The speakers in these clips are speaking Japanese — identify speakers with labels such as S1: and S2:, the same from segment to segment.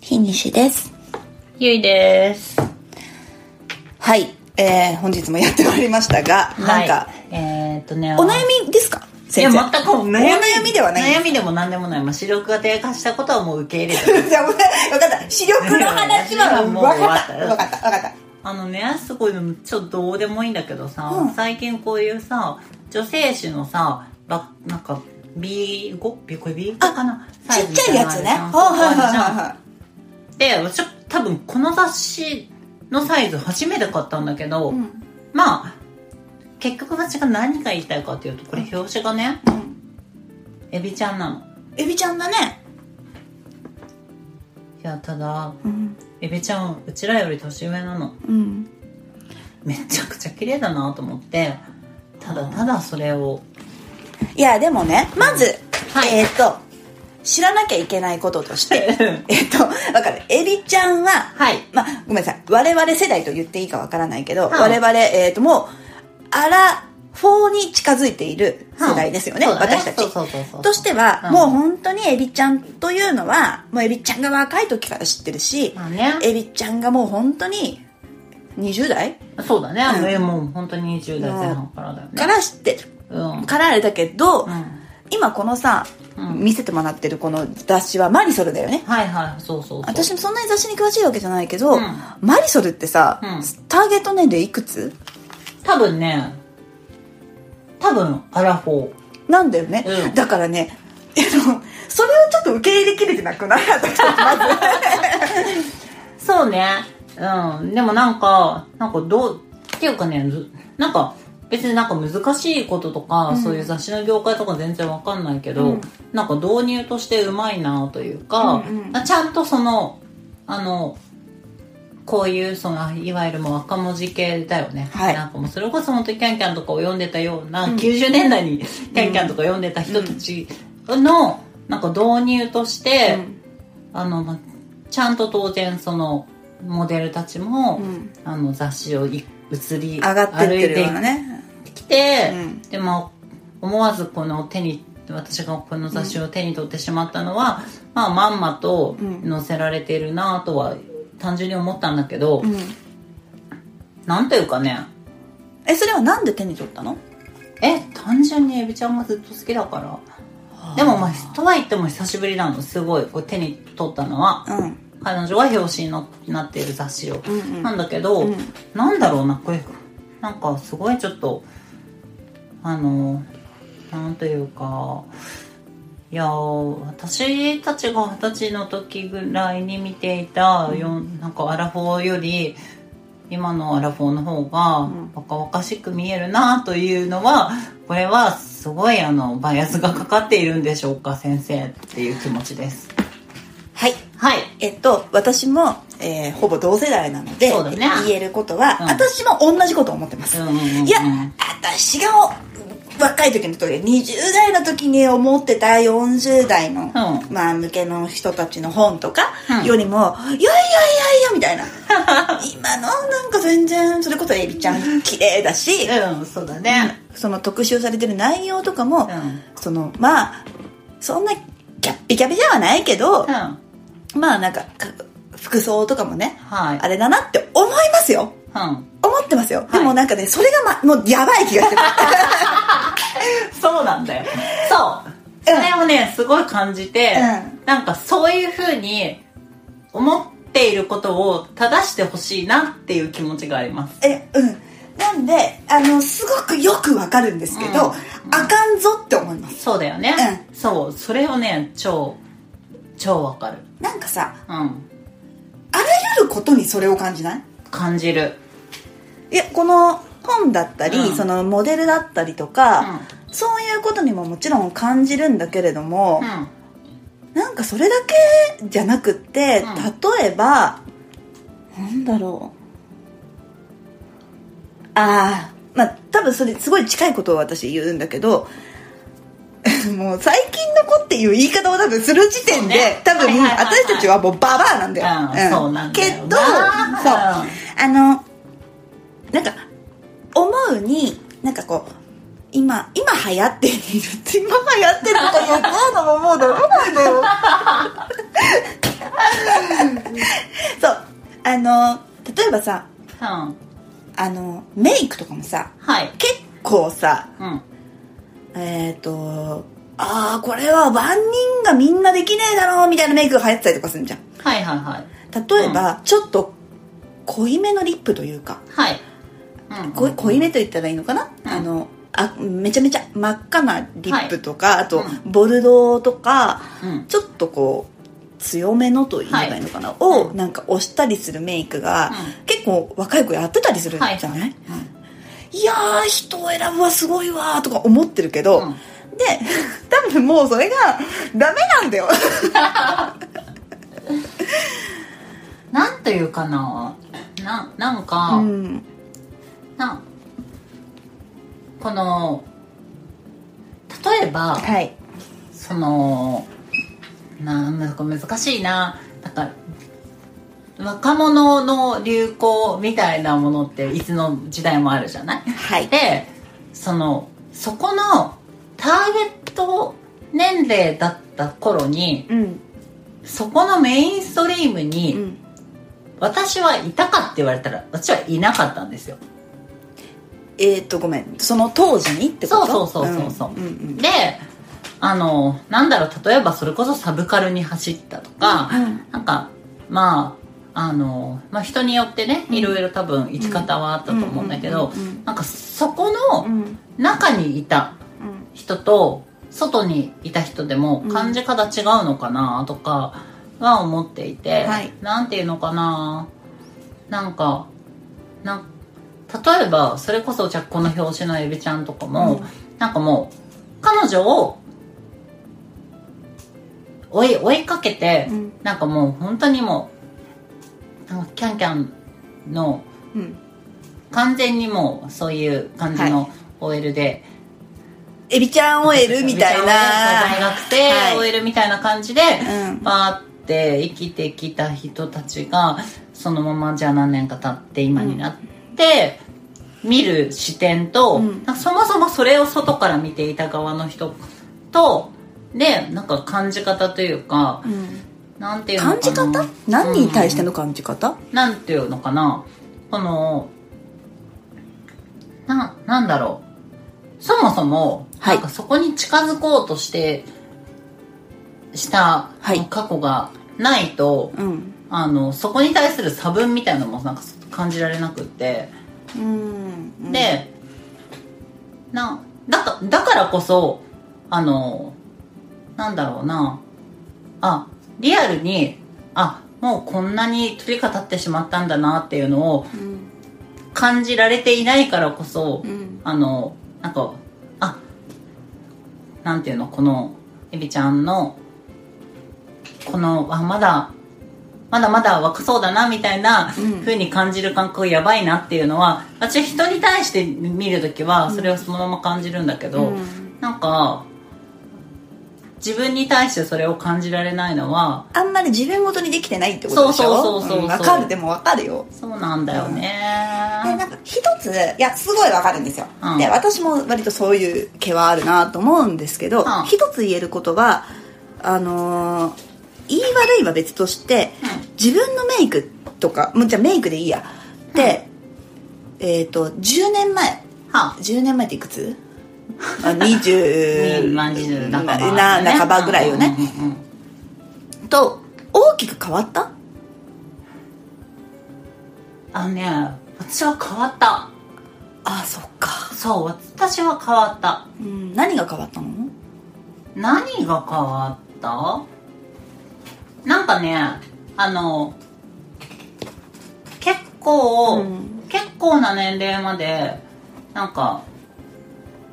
S1: 西です。
S2: ゆいです。
S1: はい。えー、本日もやってまいりましたが、なんか、
S2: はい、えー、っとね、
S1: お悩みですか
S2: い
S1: 先
S2: や、
S1: 生。
S2: 全く
S1: お
S2: 悩み
S1: 悩みではない。
S2: 悩みでも何でもない。まあ、視力が低下したことはもう受け入 れ
S1: じゃあ、お前わかった。視力の話はもう、わかった。
S2: いや
S1: わかった。わかった。
S2: た。あのね、すごい、ちょっとどうでもいいんだけどさ、
S1: うん
S2: 最近こういうさ、女性誌のさ、ばなんか、B5? B これ B5 かな
S1: ちっちゃいやつね。
S2: サイズみたいなの
S1: はいはい
S2: あるじゃん
S1: は
S2: で、私は多分この雑誌のサイズ初めて買ったんだけど、
S1: いはい。
S2: まあ、結局私が何が言いたいかっていうと、これ表紙がね、
S1: うん。
S2: エビちゃんなの。
S1: エビちゃんだね。
S2: いや、ただ、
S1: うん。
S2: エビちゃん、うちらより年上なの。
S1: うん。
S2: めちゃくちゃ綺麗だなと思って、ただただそれを。
S1: いや、でもね、まず、
S2: はい
S1: えっ、と、知らなきゃいけないこととして、えっと、わかる。エビちゃんは、
S2: はい。
S1: まあ、ごめんなさい。我々世代と言っていいかわからないけど、
S2: はい
S1: 我々、えっ、と、もう、アラフォーに近づいている世代ですよね、
S2: そうだ
S1: 私た
S2: そう
S1: ち。
S2: そうそうそう。
S1: としては、
S2: うん
S1: もう本当にエビちゃんというのは、もうエビちゃんが若い時から知ってるし、
S2: まあね。
S1: エビちゃんがもう本当に20代
S2: そうだね。
S1: うん
S2: えもう本当に20代前半からだよね。
S1: から知ってる。
S2: うん。うん。
S1: からあれだけど、
S2: は
S1: 今このさ、
S2: うん
S1: 見せてもらってるこの雑誌はマリソルだよね。
S2: いはい、そうそうそう。
S1: 私もそんなに雑誌に詳しいわけじゃないけど、
S2: うん
S1: マリソルってさ、
S2: うん
S1: ターゲット年齢いくつ
S2: 多分ね、多分、アラフォー。
S1: なんだよね、
S2: うん
S1: だからねあのそれをちょっと受け入れきれてなくない私たちまず
S2: そうね。うん。でもなんか、なんかどう、っていうかね、ずなんか、別になんか難しいこととか、
S1: ん
S2: そういう雑誌の業界とか全然わかんないけど、
S1: うん
S2: なんか導入としてうまいなというか、
S1: うんうん
S2: あちゃんとその、あの、こういう、その、いわゆるもう赤文字系だよね。
S1: はい
S2: なんかもうそれこそ本当にキャンキャンとかを読んでたような、
S1: うん
S2: 90年代にキャンキャンとか読んでた人たちの、なんか導入として、あの、まちゃんと当然そのモデルたちも、
S1: うん
S2: あの雑誌をい移り
S1: 上がってってるよう
S2: 歩
S1: ないね
S2: てきて、
S1: うん
S2: でも思わずこの手に私がこの雑誌を手に取ってしまったのは、まあまんまと
S1: うん
S2: 載せられているなとは単純に思ったんだけど、
S1: うん
S2: なんというかね
S1: えそれはなんで手に取ったの
S2: え単純にエビちゃんがずっと好きだからでもまあとは言っても久しぶりなのすごいこう手に取ったのは
S1: うん
S2: 彼女が表紙にななっている雑誌を、
S1: うんうん
S2: なんだけど、
S1: うん
S2: なんだろうなこれなんかすごいちょっとあのなんというかいやー私たちが二十歳の時ぐらいに見ていた、よなんかアラフォーより今のアラフォーの方が若々しく見えるなというのはこれはすごいあのバイアスがかかっているんでしょうか先生っていう気持ちです。
S1: はい
S2: はい
S1: えっと私も、えーほぼ同世代なので、
S2: そうだね
S1: 言えることは、
S2: うん
S1: 私も同じこと思ってます、
S2: うんうんうんうん
S1: いや私が若い時の時20代の時に思ってた40代の、
S2: ん
S1: まあ、向けの人たちの本とか
S2: うん
S1: よりも、いやいやいやいやみたい な今のなんか全然それこそエビちゃん綺麗だし、
S2: うん、そうだね。
S1: その特集されてる内容とかも、
S2: うん。
S1: そのまあそんなキャッピキャピではないけど、
S2: うん。
S1: まあなんかか服装とかもね
S2: はい。
S1: あれだなって思いますよ
S2: うん。
S1: 思ってますよ、
S2: はい
S1: でもなんかねそれが、ま、もうやばい気がしてる
S2: そうなんだよ。 そう。それをね、すごい感じて、
S1: う
S2: なんかそういうふうに思っていることを正してほしいなっていう気持ちがあります。
S1: えうんなんであのすごくよくわかるんですけど、
S2: うん
S1: あかんぞって思います
S2: そうだよね。そう。それをね、超、超わかる。
S1: なんかさ
S2: うん。
S1: あらゆることにそれを感じない
S2: 感じる。
S1: いやこの本だったり、
S2: うん
S1: そのモデルだったりとか、そういうことにももちろん感じるんだけれども、
S2: うん。うん。
S1: なんかそれだけじゃなくって、
S2: う
S1: 例えばなんだろうああまあ多分それすごい近いことを私言うんだけど もう最近の子っていう言い方を多分する時点で、
S2: そうね
S1: 多分、
S2: はいはいはいはい
S1: 私たちはもうババアなんだよ、
S2: うんそうなんだよ
S1: け
S2: な
S1: どそうあのなんか思うになんかこう今今流行っているって 今流行ってるとか言うのももうダメなんだよ そうあの例えばさ
S2: うん
S1: あのメイクとかもさ
S2: はい
S1: 結構さ
S2: うん
S1: えっ、とああこれは万人がみんなできねえだろうみたいなメイクが流行ってたりとかするじゃん
S2: はいはいはい
S1: 例えば、ちょっと濃いめのリップというか
S2: はいうん
S1: 濃い濃いめと言ったらいいのかな、
S2: うん
S1: あのあめちゃめちゃ真っ赤なリップとか、あと、
S2: う
S1: ボルドーとか
S2: うん
S1: ちょっとこう強めのと言えばいいのかな、を
S2: う
S1: なんか押したりするメイクが、
S2: う
S1: 結構若い子やってたりするじ
S2: は
S1: ゃ
S2: い
S1: ない、い、やー人を選ぶはすごいわーとか思ってるけど、
S2: うん
S1: で 多分もうそれがダメなんだよ
S2: なんというかなななんか、
S1: うん
S2: なこの例えば
S1: はい
S2: そのななんか難しいななんか若者の流行みたいなものっていつの時代もあるじゃない
S1: はい
S2: でそのそこのターゲット年齢だった頃に
S1: うん
S2: そこのメインストリーム
S1: う
S2: に
S1: ん
S2: 私はいたかって言われたら私はいなかったんですよ
S1: えー、っとごめんその当時にってこと
S2: そうそうそうそうそうん
S1: うん
S2: であのなんだろう例えばそれこそサブカルに走ったとか、
S1: うん
S2: なんかまああの、まあ、人によってね、
S1: うん
S2: いろいろ多分生き方はあったと思うんだけど、
S1: うんうんうんうん
S2: なんかそこ
S1: う
S2: の
S1: ん
S2: 中にいた
S1: うん
S2: 人と外にいた人でも
S1: うん
S2: 感じ方違うのかなとかは思っていて、
S1: はい
S2: なんていうのかななんかなん例えばそれこそじゃあこの表紙のエビちゃんとか
S1: う
S2: も、
S1: ん
S2: なんかもう彼女を追い追いかけて、
S1: うん
S2: なんかもう本当にもうなんかキャンキャンの
S1: うん
S2: 完全にもうそういう感じの OL で。
S1: エビちゃん OL みたい
S2: 大
S1: な
S2: 学生
S1: はい
S2: OL みたいな感じで、
S1: うん
S2: バーって生きてきた人たちがそのままじゃあ何年か経って今になって、見る視点と、
S1: うん
S2: なんかそもそもそれを外から見ていた側の人とでなんか感じ方というか、なんていうの
S1: 感じ
S2: かな
S1: 方何に対して
S2: うん
S1: の感じ方
S2: なんていうのかなこのななんだろうそもそも、
S1: はい
S2: なんかそこに近づこうとしてした
S1: はい
S2: 過去がないと、
S1: うん
S2: あのそこに対する差分みたいなのもなんか感じられなくって、
S1: うん
S2: でなだかだからこそあのなんだろうなあリアルにあもうこんなに取り語ってしまったんだなっていうのを
S1: うん
S2: 感じられていないからこそ、
S1: うん
S2: あのなんかあなんていうのこのエビちゃんのこのあまだまだまだ若そうだなみたいな
S1: うん
S2: 風に感じる感覚やばいなっていうのは、私人に対して見るときはそれをそのまま感じるんだけど、
S1: うん
S2: なんか自分に対してそれを感じられないのは
S1: あんまり自分ごとにできてないってことでし
S2: そ
S1: ょ
S2: うそうそうそうそうん
S1: わかるでもわかるよ
S2: そうなんだよね、
S1: でなんか一ついやすごいわかるんですよ、
S2: うん
S1: で私も割とそういう毛はあるなと思うんですけど、
S2: うん
S1: 一つ言えることはあのー言い悪いは別として、
S2: うん
S1: 自分のメイクとかもうじゃあメイクでいいやで、えっ、と10年前
S2: は
S1: 10年前っていくつあ 20
S2: まあ20半ば、
S1: な半ばぐらいよね、
S2: うんうんうん
S1: と大きく変わった
S2: あのね私は変わった
S1: あそっか、
S2: そう私は変わった
S1: うん、何が変わったの
S2: 何が変わったなんかねあの結構、
S1: うん
S2: 結構な年齢までなんか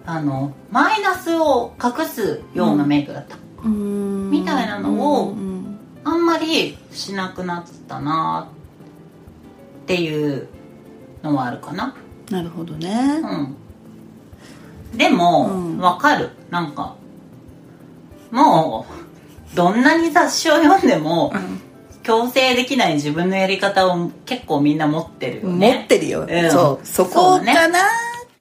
S2: あのマイナスを隠すようなメイクだった、み
S1: み
S2: たいなの
S1: う
S2: を
S1: んうん
S2: あんまりしなくなったなっていうのはあるかな
S1: なるほどね、
S2: うんでも、
S1: うん
S2: わかるなんかもうどんなに雑誌を読んでも強制できない自分のやり方を結構みんな持ってるよね
S1: 持ってるよ、
S2: うん
S1: そうそこ
S2: そう
S1: かな
S2: だ